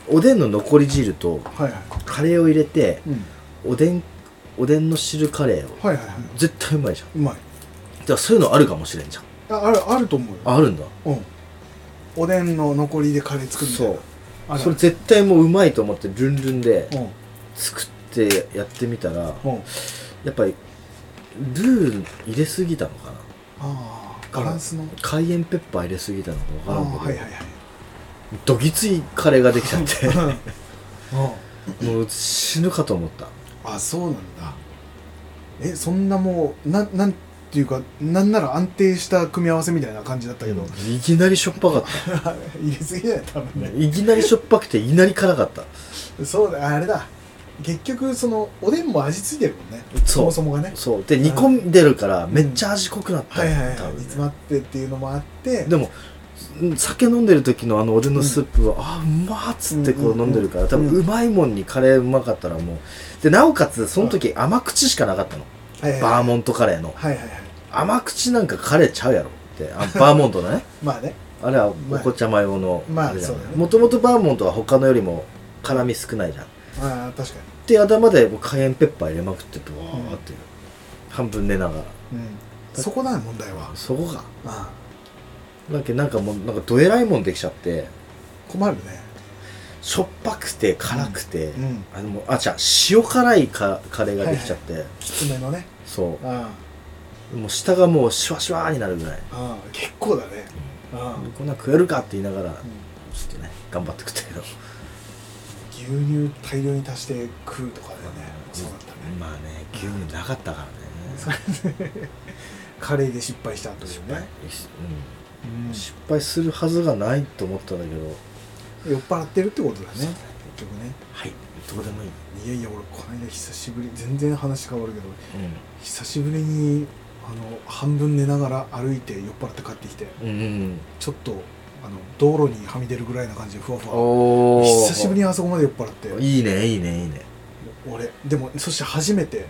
S3: おでんの残り汁と
S2: はいはい
S3: カレーを入れて
S2: うん
S3: おでんおでんの汁カレーを
S2: はいはいはい
S3: 絶対うまいじゃん
S2: うまい
S3: じゃあそういうのあるかもしれんじゃん
S2: ああるあると思うよ
S3: ああるんだ
S2: うんおでんの残りでカレー作るみたいな
S3: そう
S2: ある
S3: それ絶対もううまいと思ってルンルンで
S2: うん
S3: 作ってやってみたら
S2: うん
S3: やっぱりルー入れすぎたのかな
S2: ああバランスの
S3: 海塩ペッパー入れすぎたのか
S2: ああ
S3: わからんけど、
S2: はいはいはい
S3: どぎついカレーができちゃっ
S2: う
S3: て
S2: んうん
S3: もう死ぬかと思った
S2: あそうなんだえそんなもうななんていうかなんなら安定した組み合わせみたいな感じだったけど
S3: いきなりしょっぱかっ
S2: 入れすぎだよ多分
S3: た
S2: ね
S3: いきなりしょっぱくていきなり辛かった
S2: そうだあれだ結局そのおでんも味付いてるもんね
S3: そう
S2: もそもがね
S3: そうで煮込んでるからめっちゃ味濃くなった、
S2: はいはいは
S3: 多
S2: い煮
S3: 分ね
S2: 詰まってっていうのもあって
S3: でもうん酒飲んでる時のあのおでんのスープは、あうまーっつってこ
S2: うんうん
S3: う
S2: うん
S3: 飲んでるから、多分
S2: うん
S3: うまいもんにカレーうまかったらもうでなおかつその時甘口しかなかったの、
S2: はいはい
S3: バー
S2: ン
S3: モントカレーの
S2: はいはいはい
S3: 甘口なんかカレーちゃうやろってあバーモントの ね
S2: まあね
S3: あれはお
S2: まあ
S3: 子ちゃま用の
S2: まあ
S3: れじゃ
S2: そうだね
S3: もともとバーモントは他のよりも辛み少ないじゃん
S2: あー確か
S3: で頭でもうカエンペッパー入れまくってブワーって、半分寝なが
S2: に、うん、そこだね問題は
S3: らそこが
S2: あ
S3: なんかなんかもうなんかどえらいもんできちゃって
S2: ー困るね
S3: しょっぱくて辛くて、
S2: うん
S3: あでもあじゃあ塩辛いカカレーができちゃって、
S2: きつめのね
S3: そ
S2: あ
S3: うもう下がもうシュワシュワになるぐらい
S2: ーあー結構だねあー
S3: こんなん食えるかって言いながら
S2: うん
S3: ちょっとね頑張って食ったけど
S2: 牛乳大量に足して食うとかだよねそうだったね
S3: まあね牛乳なかったからね
S2: それで カレーで失敗したという
S3: 失敗
S2: ね、
S3: し
S2: うん
S3: うん、失敗するはずがないと思ったんだけど
S2: 酔っ払ってるってことだね結局ね
S3: はいどうでもいい、
S2: いやいや俺この間久しぶり全然話変わるけど
S3: う
S2: 久しぶりにあの半分寝ながら歩いて酔っ払って帰ってきて
S3: ん、うんうん
S2: ちょっとあの道路にはみ出るぐらいな感じでふわふわ
S3: おお
S2: 久しぶりにあそこまで酔っ払って
S3: いいねいいねいいね、
S2: 俺でもそして初めて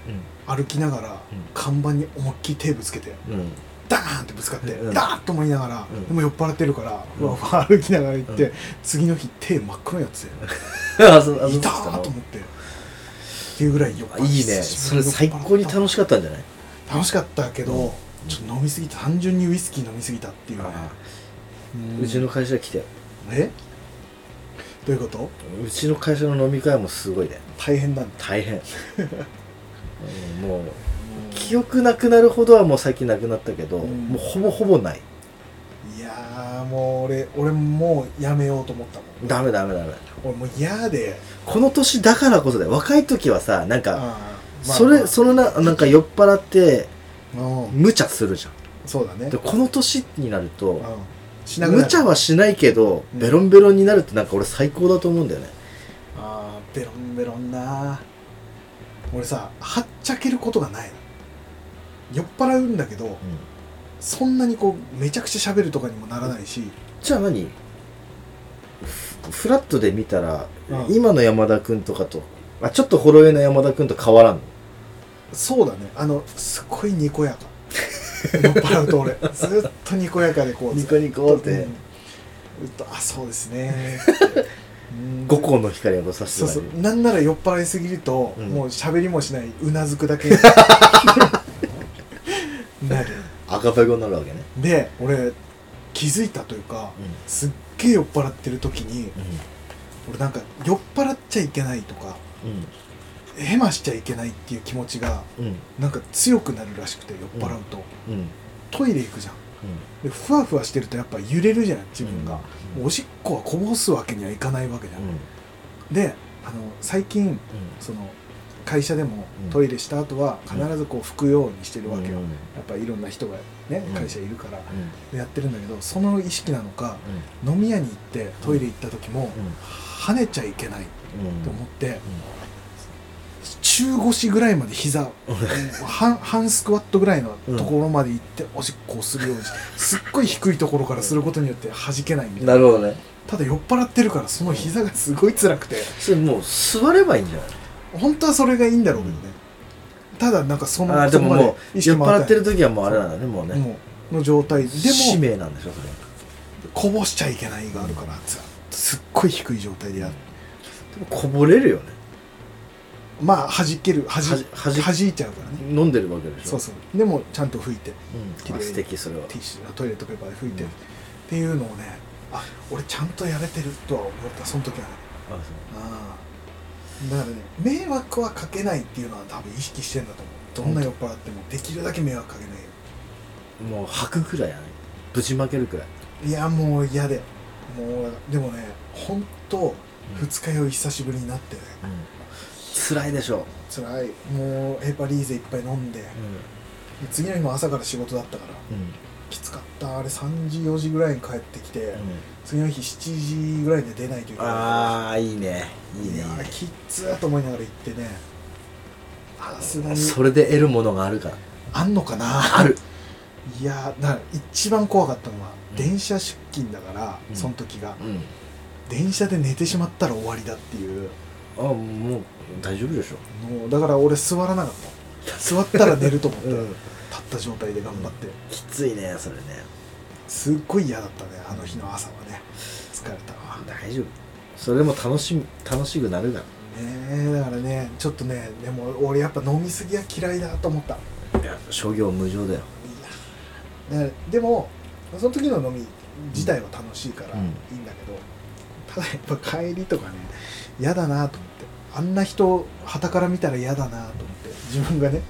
S2: 歩きながら
S3: うん
S2: 看板に思いっきりテープつけて
S3: うんうん
S2: ダーンってぶつかって、
S3: うん
S2: ダーンと思いながら、
S3: うん
S2: でも酔っ払ってるから、
S3: うん
S2: うわふわ歩きながら行って、
S3: うん
S2: 次の日手真っ黒に なってて
S3: あそうあそう
S2: いたーと思ってっていうぐらい酔っ払
S3: いいねそれ最高に楽しかったんじゃない
S2: 楽楽しかったけど、ちょっと飲みすぎた単純にウイスキー飲みすぎたっていうね
S3: あ
S2: うん
S3: うちの会社来て
S2: えどういうこと
S3: うちの会社の飲み会もすごいね
S2: 大変なんだ
S3: 大変 うんもう記憶なくなるほどはもう最近なくなったけど、
S2: うん
S3: もうほぼほぼない
S2: いやーもう俺俺もうやめようと思ったもん
S3: ダメダメダメ
S2: 俺もう嫌で
S3: この年だからこそだよ若い時はさなんか、
S2: あーまあ
S3: それ、
S2: まあ
S3: そのななんか酔っ払って
S2: うん
S3: 無茶するじゃ
S2: そうだね
S3: んでこの年になる
S2: う
S3: と
S2: んしなくなる
S3: 無茶はしないけど
S2: うん
S3: ベロンベロンになるってなんか俺最高だと思うんだよね
S2: あーベロンベロンな俺さはっちゃけることがないの酔っ払うんだけどそんなにこうめちゃくちゃ喋るとかにもならないし
S3: じゃあ何フフラットで見たら、
S2: うん
S3: 今の山田君とかとあちょっとほろ酔いの山田君と変わらんの
S2: そうだねあのすごいにこやか酔っ払うと俺ずっとにこやかでこう
S3: ニコニコって
S2: ずっとうんずっとあそうです ねうん
S3: 五光の光をさせ
S2: そう
S3: て
S2: そ
S3: もら
S2: うなんなら酔っ払いすぎると、
S3: うん
S2: もう喋りもしないうなずく だけなる
S3: う赤ペコになるわけね、
S2: で俺気づいたというかすっげえ酔っ払ってる時に俺なんか酔っ払っちゃいけないとか
S3: う
S2: ヘマしちゃいけないっていう気持ちが
S3: んうんうん
S2: なんか強くなるらしくて酔っ払うと、
S3: うんうん
S2: トイレ行くじゃんでふわふわしてるとやっぱ揺れるじゃん自分が、
S3: うん
S2: もうおしっこはこぼすわけにはいかないわけじゃん、
S3: うん
S2: であの最近その会社でも
S3: うん
S2: トイレした後は必ずこう拭くようにしてるわけ
S3: う
S2: よ、
S3: んうん
S2: やっぱいろんな人がね
S3: うん
S2: 会社いるから
S3: うん
S2: やってるんだけどその意識なのか
S3: うん
S2: 飲み屋に行ってトイレ行った時も
S3: うん
S2: 跳ねちゃいけないと思って
S3: ん
S2: 中腰ぐらいまで膝半半スクワットぐらいのところまで行っておしっこをするようにしてすっごい低いところからすることによって弾けないみたいな
S3: なるほどね
S2: ただ酔っ払ってるからその膝がすごい辛くて
S3: それもう座ればいいんじゃない
S2: 本当はそれがいいんだろうけどね、ただなんかその
S3: あーでも
S2: そこ
S3: も
S2: ま
S3: う
S2: 意
S3: 酔っ
S2: 識
S3: 払って
S2: 回
S3: る時はもうあれなんだねもう
S2: ない
S3: ね
S2: もうの状態で
S3: 使
S2: も
S3: 命なんでしょそれ
S2: こぼしちゃいけないがあるからずっとすっごい低い状態でやる
S3: でもこぼれるよね
S2: まあ弾ける弾
S3: 弾弾
S2: 弾いちゃうからね
S3: 飲んでるわけでしょ
S2: そうそうでもちゃんと拭いて
S3: うん素敵それは
S2: ティッシュトイレットペーパーで拭いて、
S3: うん
S2: っていうのをねあ俺ちゃんとやれてるとは思ったその時はね
S3: あ
S2: ああだからね迷惑はかけないっていうのは多分意識してんだと思うどんな酔っ払ってもできるだけ迷惑かけないよ
S3: そうもう吐くくらいやねぶちまけるくらい
S2: いやもう嫌でもうでもね本当二日酔い久しぶりになってね
S3: 辛いでしょ
S2: 辛いもうヘパリーゼいっぱい飲んでで次の日も朝から仕事だったからきつかったあれ3時4時ぐらいに帰ってきて、次の日7時ぐらいで出ないといけない
S3: ああいいねいい
S2: い
S3: ね
S2: やーきっつーと思いながら行ってねさすがに
S3: それで得るものがあるから
S2: あんのかな
S3: ある
S2: いやーだから一番怖かったのは、
S3: うん
S2: 電車出勤だから、
S3: うん
S2: その時が
S3: うん
S2: 電車で寝てしまったら終わりだっていう
S3: あもう大丈夫でしょ
S2: もうだから俺座らなかった座ったら寝ると思って、
S3: う
S2: 立
S3: ん
S2: った状態で頑張って、
S3: きついねそれね
S2: すっごい嫌だったねあの日の朝はね疲れたわ
S3: 大丈夫それも楽しみ楽しくなるか
S2: ねえだからねちょっとねでも俺やっぱ飲みすぎは嫌いだと思ったい
S3: らいや商業無常だよ
S2: やだからでもその時の飲み自体は楽しいからい
S3: うん
S2: いんだけど、ただやっぱ帰りとかね嫌だなと思ってあんな人傍から見たら嫌だなと思って自分がね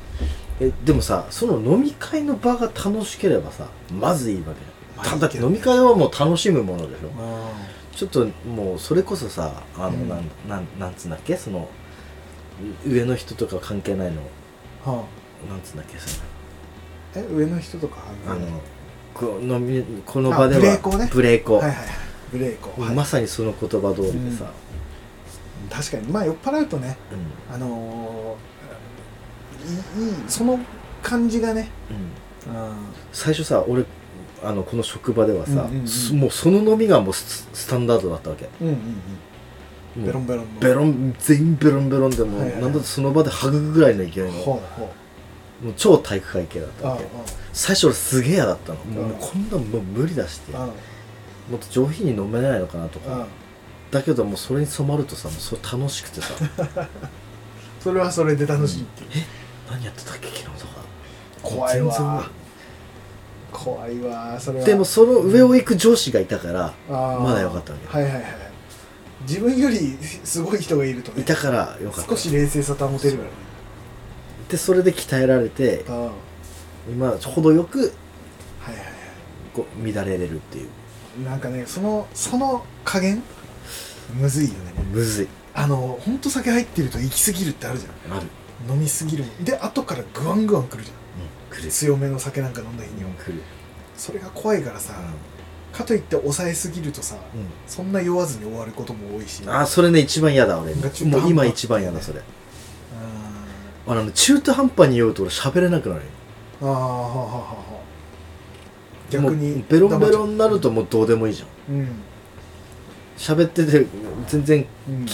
S3: えでもさその飲み会の場が楽しければさまずいいわけ
S2: まあ
S3: じゃん
S2: いい
S3: だっ
S2: け
S3: て
S2: ど
S3: 飲み会はもう楽しむものでしょ
S2: う
S3: ちょっともうそれこそさあの、
S2: うん
S3: なんなんなんつうんだっけそのう上の人とか関係ないの
S2: ん、は
S3: なんつうんだっけそ
S2: あ、え上の人とか
S3: のあの、こ飲みこの
S2: あ
S3: 場では
S2: ブレイコね
S3: ブレイコ
S2: はいはいはいブレイクを、はい
S3: まさにその言葉通りでさ、
S2: 確かにまあ酔っ払うとね
S3: うん
S2: あのーいいいいその感じがね
S3: うん
S2: うん
S3: 最初さ俺あのこの職場ではさ、
S2: うんうんうん
S3: すもうその飲みがもうススタンダードだったわけ
S2: うんうんうん
S3: もう
S2: ベロンベロンの
S3: ベロン全員ベロンベロンでもう、
S2: はいはいはい
S3: なんだってその場ではぐくぐらいの勢いの
S2: ほう
S3: も
S2: ほう
S3: う超体育会系だった
S2: あ
S3: わけ最初俺すげえ嫌だったの、もう
S2: うん
S3: こんなんもう無理だして
S2: ああ
S3: もっと上品に飲めないのかなと
S2: ああ
S3: かだけどもうそれに染まるとさもうそれ楽しくてさ
S2: それはそれで楽しいっていう
S3: 何やってたっけ昨日とか
S2: 怖い
S3: 全然
S2: わ怖いわそれは
S3: でもその上を行く上司がいたから
S2: あー
S3: まだよかったわけ
S2: はいはいはい自分よりすごい人がいると
S3: い
S2: ね
S3: たからよかった
S2: 少し冷静さ保てるからね
S3: でそれで鍛えられて
S2: あーはい
S3: 今程よく
S2: はいは
S3: こう乱れれるっていう
S2: いなんかねそのその加減むずいよね
S3: むずい
S2: あのほんと酒入ってると行き過ぎるってあるじゃん
S3: ある
S2: 飲みすぎるもんで後からグワングワンくるじゃ
S3: うん来
S2: ん
S3: る
S2: 強めの酒なんか飲んだ日には
S3: 来る
S2: それが怖いからさかといって抑えすぎるとさ
S3: うん
S2: そんな酔わずに終わることも多いし
S3: あーそれね一番嫌だ俺
S2: なんか中途
S3: も
S2: 半端
S3: う今一番嫌だそれ
S2: うん
S3: あの中途半端に酔うと俺喋れなくなるよ
S2: ああはあはあはあはあ逆
S3: も
S2: に
S3: うベロンベロ
S2: ン
S3: ンになるともうどうでもいいじゃん
S2: うん
S3: 喋ってて全然
S2: うん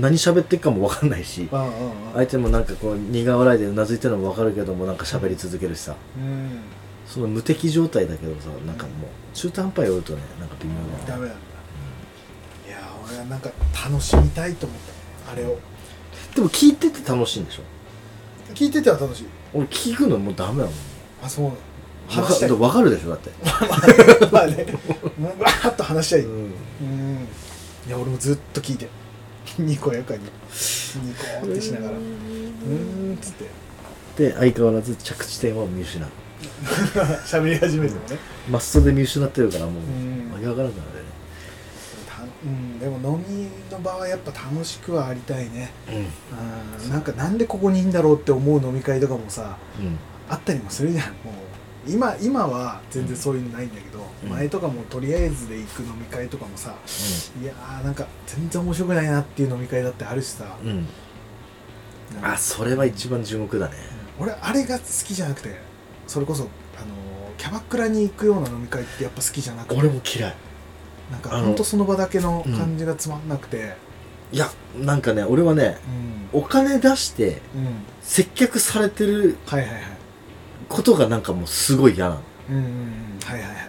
S3: 何喋ってっかも分かんないし
S2: ああああああ
S3: 相手もなんかこう苦笑いでうなずいてるのも分かるけどもなんか喋り続けるしさ
S2: うん
S3: その無敵状態だけどさなんかもう中途半端に酔うとねなんか微妙
S2: ダ
S3: だな
S2: メなんだいやー俺はなんか楽しみたいと思ったあれを
S3: でも聞いてて楽しいんでしょ
S2: 聞いてては楽しい
S3: 俺聞くのもうダメだもん
S2: あそうなの
S3: 分
S2: 話
S3: か
S2: したい
S3: 分かるでしょだって
S2: まあねもうわーっと話したい
S3: うん
S2: うんいや俺もずっと聞いてにこやかににこーってしながらうーんっつって
S3: で相変わらず着地点を見失う
S2: 喋り始めてもね
S3: マストで見失ってるからもう
S2: うん
S3: わけわからなくなるよね
S2: たうんでも飲みの場はやっぱ楽しくはありたいねうんなんかなんでここにいんだろうって思う飲み会とかもさ
S3: うん
S2: あったりもするじゃんもう今今は全然そういうのないんだけど、
S3: うん
S2: 前とかもとりあえずで行く飲み会とかもさいやーなんか全然面白くないなっていう飲み会だってあるしさ、
S3: うんうん
S2: なんか
S3: あそれは一番注目だね
S2: 俺あれが好きじゃなくてそれこそあのーキャバクラに行くような飲み会ってやっぱ好きじゃなくて
S3: 俺も嫌い
S2: なんか
S3: あの
S2: ほんとその場だけの感じがつまんなくて
S3: いやなんかね俺はね
S2: うん、
S3: お金出して
S2: うん
S3: 接客されてる
S2: はいはいはい
S3: ことがなんかもうすごい嫌なの
S2: うんうんうんはいはいはい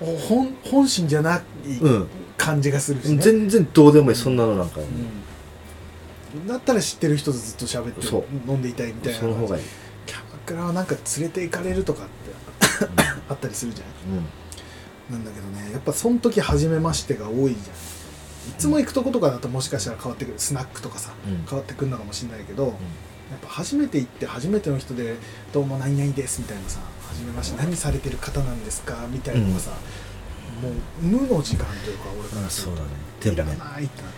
S2: お本本心じゃない
S3: うん
S2: 感じがするし、ね
S3: 全然どうでもいいそんなのなんか
S2: うん、だったら知ってる人とずっと喋って
S3: そう
S2: 飲んでいたいみたいな
S3: その方がいい
S2: キャバクラはなんか連れて行かれるとかって あったりするじゃ
S3: うんうん
S2: んなんだけどねやっぱその時初めましてが多いじゃんいつも行くとことかだともしかしたら変わってくるスナックとかさ
S3: うん
S2: 変わってくるのかもしれないけど、やっぱ初めて行って初めての人で「どうも何々です」みたいなさ「初めまして何されてる方なんですか?」みたいなのがさ、もう無の時間というか俺からす
S3: そ
S2: る
S3: う
S2: と
S3: だねで
S2: いら
S3: もね
S2: ないってなる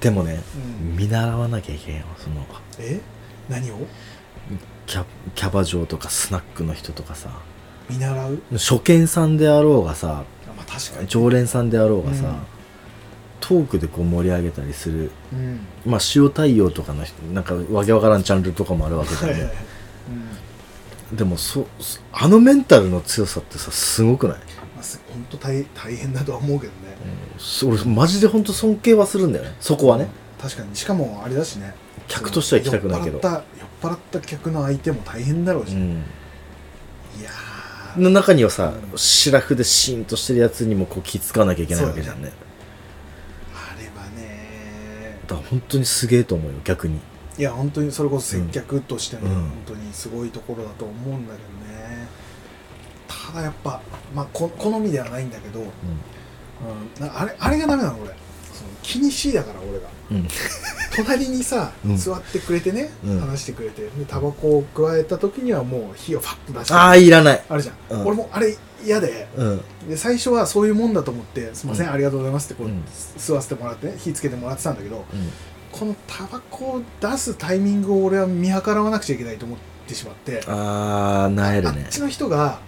S3: でもね
S2: うん
S3: 見習わなきゃいけんよその
S2: え何を
S3: キャキャバ嬢とかスナックの人とかさ
S2: 見習う
S3: 初見さんであろうがさ
S2: あまあ確かに
S3: 常連さんであろうがさ、
S2: うん
S3: トークでこう盛り上げたりする、
S2: うん
S3: まあ、塩対応とかの人なんかわけわからんチャンネルとかもあるわけじ
S2: は
S3: ゃん
S2: いはいはい
S3: ねでもそそあのメンタルの強さってさすごくない、
S2: まあす本当大大変だとは思うけどね
S3: そ俺マジで本当尊敬はするんだよねそこはね
S2: 確かにしかもあれだしね
S3: 客としては行きたくないけど
S2: 酔っ払った酔っ払った客の相手も大変だろう
S3: う
S2: し、い
S3: ん
S2: やー
S3: の中にはさ
S2: うん
S3: シラフでシーンとしてるやつにもこう気使わなきゃいけないわけじゃんね
S2: あれはね
S3: だから本当にすげえと思うよ逆に
S2: いや本当にそれこそ接客としての
S3: うん
S2: 本当にすごいところだと思うんだけどねただやっぱ、まあ、こ好みではないんだけど、うんなあれあれがダメなの俺その気にしいだから俺が
S3: うんうん
S2: 隣にさ、
S3: うん
S2: 座ってくれてね、
S3: うん
S2: 話してくれてでタバコを加えた時にはもう火をパッと出して
S3: ああいらない
S2: あるじゃん、
S3: うん
S2: 俺もあれ嫌で
S3: うん
S2: で最初はそういうもんだと思って「すいません、
S3: うん
S2: ありがとうございます」ってこう、
S3: うん
S2: 吸わせてもらってね火つけてもらってたんだけ
S3: う
S2: ど
S3: ん
S2: このタバコを出すタイミングを俺は見計らわなくちゃいけないと思ってしまってあ,、
S3: ああなえるね
S2: っちの人が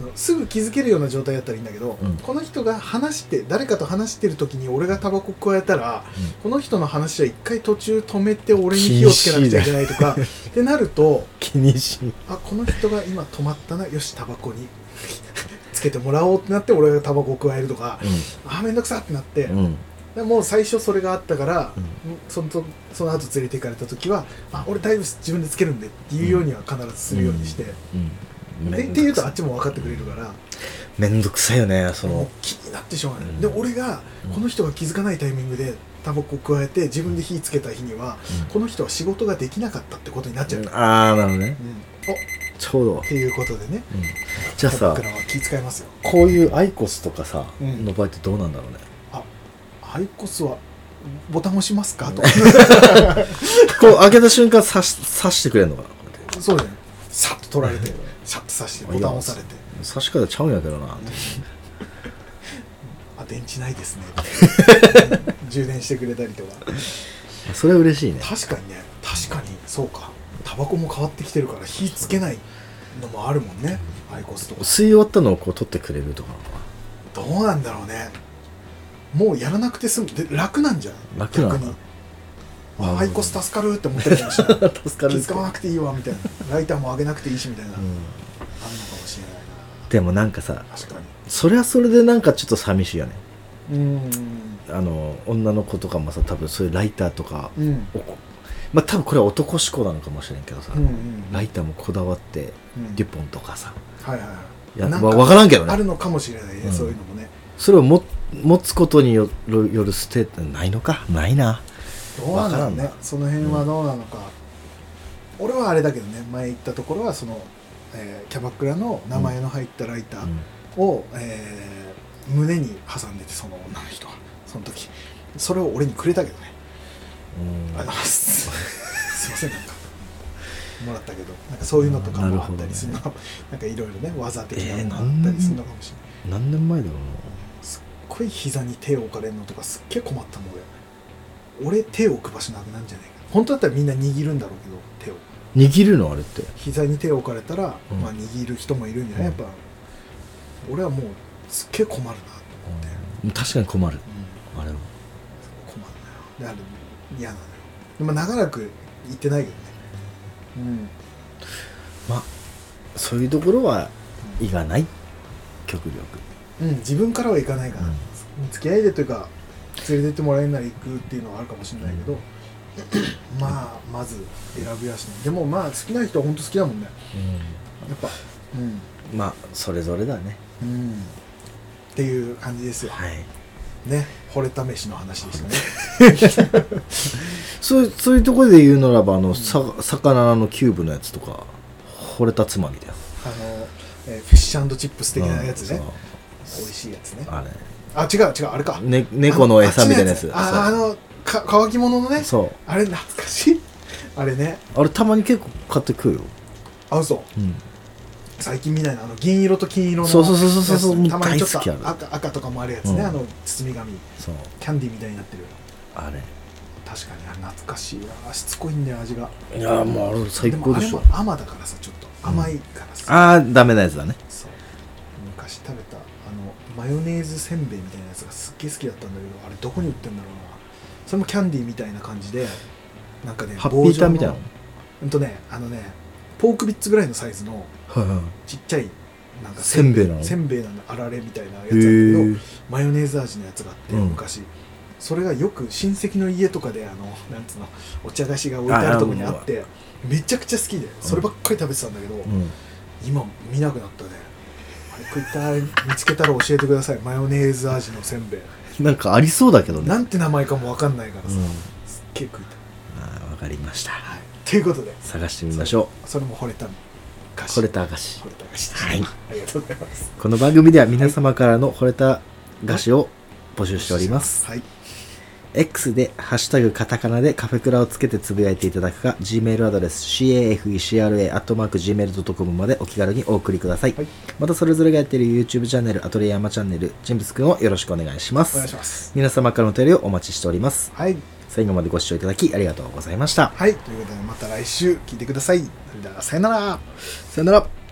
S2: あのすぐ気づけるような状態だったらいいんだけど、
S3: うん
S2: この人が話して誰かと話してる時に俺がタバコ加えたら、
S3: うん
S2: この人の話は一回途中止めて俺に火をつけなくちゃいけないとかってなると
S3: 気にし
S2: あこの人が今止まったなよしタバコに つけてもらおうってなって俺がタバコを加えるとかあめんどくさってなって、
S3: うんうん
S2: でもう最初それがあったから、
S3: うん
S2: そのとその後連れて行かれた時はあ俺大丈夫です自分でつけるんでっていうようには必ずするようにして、
S3: うん
S2: でっていうとあっちも分かってくれるから、
S3: めんどくさいよねそ
S2: もう
S3: の
S2: 気になってしょうがない、
S3: うん
S2: で俺が
S3: うん
S2: この人が気づかないタイミングでタバコを加えて自分で火つけた日には、
S3: うん
S2: この人は仕事ができなかったってことになっちゃう、うん
S3: ああなるほどね
S2: あ
S3: ちょうど
S2: っ、ていうことでね
S3: じゃあさ
S2: 僕らは気遣いますよ
S3: こういうアイコスとかさ、
S2: うん
S3: の場合ってどうなんだろうね
S2: アイコスはボタン押しますかと
S3: こう開けた瞬間刺し刺してくれるのかなこうやって
S2: そうだよねさっと取られてシャッと刺してボタン押されて
S3: 刺し方ちゃうんやけどなって
S2: あ電池ないですね うん充電してくれたりとか
S3: それは嬉しいね
S2: 確かにね確かにそうかタバコも変わってきてるから火つけないのもあるもんねアイコスとか
S3: 吸い終わったのをこう取ってくれるとかなのか
S2: どうなんだろうねもうやらなくて済むで楽なんじゃん
S3: 楽なのか
S2: 逆に
S3: な
S2: あアイコス助かるって思ってるかもしれない
S3: な助かる
S2: 気
S3: んです
S2: 使
S3: けど
S2: わなくていいわみたいなライターも上げなくていいしみたいな、
S3: う
S2: あるの
S3: ん
S2: かもしれないな
S3: でもなんかさ
S2: 確か
S3: それはそれでなんかちょっと寂しいよね
S2: にうん
S3: あの女の子とかもさ多分そういうライターとか、
S2: うん
S3: おこまあ多分これは男志向なのかもしれんけどさ、
S2: うんうん
S3: ライターもこだわって
S2: うん
S3: デュポンとかさ
S2: はいはい
S3: い
S2: は
S3: や
S2: いなん
S3: わわからんけど
S2: あ
S3: ね
S2: るのかもしれないね、
S3: うん
S2: そういうのもね
S3: それをも持つことによるよる捨てってないのかないな
S2: どうなんだろう
S3: わ
S2: ね
S3: からん
S2: その辺はどうなのか、俺はあれだけどね前言ったところはその、えーキャバクラの名前の入ったライター、を、えー胸に挟んでてその女の人がその時それを俺にくれたけどね、
S3: うん
S2: ありがとうござ いますすいませんなんかもらったけどなんかそういうのとか
S3: なる
S2: もあ
S3: ほ
S2: っ
S3: どね
S2: たりするの な,、んかいろいろね技的なのがあったりするのかもしれない、
S3: 何年前だろう
S2: すっごい膝に手を置かれるのとかすっげえ困ったもん俺俺手を置く場所なくなんじゃないかな本当だったらみんな握るんだろうけど手を
S3: な握るのあれって
S2: 膝に手を置かれたら、
S3: うん
S2: まあ握る人もいるんじゃないやっぱ俺はもうすっげえ困るなと思って、
S3: 確かに困る
S2: うん
S3: あれは
S2: 困るなよであれ嫌なのよでも長らく行ってないけどねうん
S3: まあそういうところは意がない極力
S2: うん、自分からは行かないから、
S3: うん
S2: 付き合いでというか連れてってもらえるなら行くっていうのはあるかもしれないけど、 まあまず選ぶやしねでもまあ好きな人は本当好きだもんねやっぱうん、
S3: まあそれぞれだね
S2: うん、っていう感じですよ
S3: はい
S2: ね惚れた飯の話でしたね
S3: そうそういうところで言うならばあの、
S2: ん
S3: さ魚のキューブのやつとか惚れたつまみだよ
S2: あの、えーフィッシュチップス的なやつね
S3: うん
S2: 美
S3: そう
S2: 味しいやつね
S3: あれ
S2: あ違う違うあれか、
S3: ね、猫の餌みたいなやつ
S2: あああのか乾き物のね
S3: そうそう
S2: あれ懐かしいあれね
S3: あれたまに結構買って食うよ、
S2: あ嘘最近見ないなあの銀色と金色の
S3: そうそうそうそうそう
S2: やつ
S3: もう
S2: たまにちょっ
S3: 大好きあ
S2: と
S3: れ
S2: 赤赤とかもあるやつね、
S3: うん
S2: あの包み紙
S3: そう
S2: キャンディーみたいになってる
S3: あれ
S2: 確かにあれ懐かしいなしつこいんだよ味が
S3: いやーもうあれ最高でしょ
S2: もあれも甘だからさちょっと甘いからさ、
S3: ああダメなやつだね
S2: そう昔食べたあのマヨネーズせんべいみたいなやつがすっげえ好きだったんだけどあれどこに売ってんだろうなそれもキャンディーみたいな感じでなんかね
S3: ハッピーターみたいな
S2: 棒状のうんとねあのねポークビッツぐらいのサイズの
S3: はいはい
S2: ちっちゃいなんか
S3: せんべいなの
S2: せんべいなのあられみたいなやつ
S3: へ
S2: だけど
S3: え
S2: マヨネーズ味のやつがあって
S3: うん
S2: 昔、それがよく親戚の家とかであのなんつうのお茶菓子が置いてあるとこにあってめちゃくちゃ好きでそればっかり食べてたんだけど、
S3: うん
S2: 今見なくなったねあれ食いたい見つけたら教えてくださいマヨネーズ味のせんべい
S3: なんかありそうだけどね
S2: なんて名前かもわかんないから
S3: う
S2: さ、
S3: ん
S2: すっげえ食いたい、
S3: あーわかりました
S2: はい、ということで
S3: 探してみましょ
S2: それも惚れた菓
S3: う
S2: 子
S3: 惚れた証
S2: 惚れた菓子
S3: はい
S2: ありがとうございます
S3: この番組では皆様からの惚れた菓子を募集しております
S2: はい
S3: X で「ハッシュタグカタカナ」でカフェクラをつけてつぶやいていただくか Gmail アドレス cafecra.gmail.com までお気軽にお送りください、
S2: はい
S3: またそれぞれがやっている YouTube チャンネルアトレヤマチャンネル人物くんをよろしくお願いします
S2: お願いします
S3: 皆様からのお便りをお待ちしております
S2: はい
S3: 最後までご視聴いただきありがとうございました
S2: はい、ということでまた来週聞いてください。それではさよなら。
S3: さよなら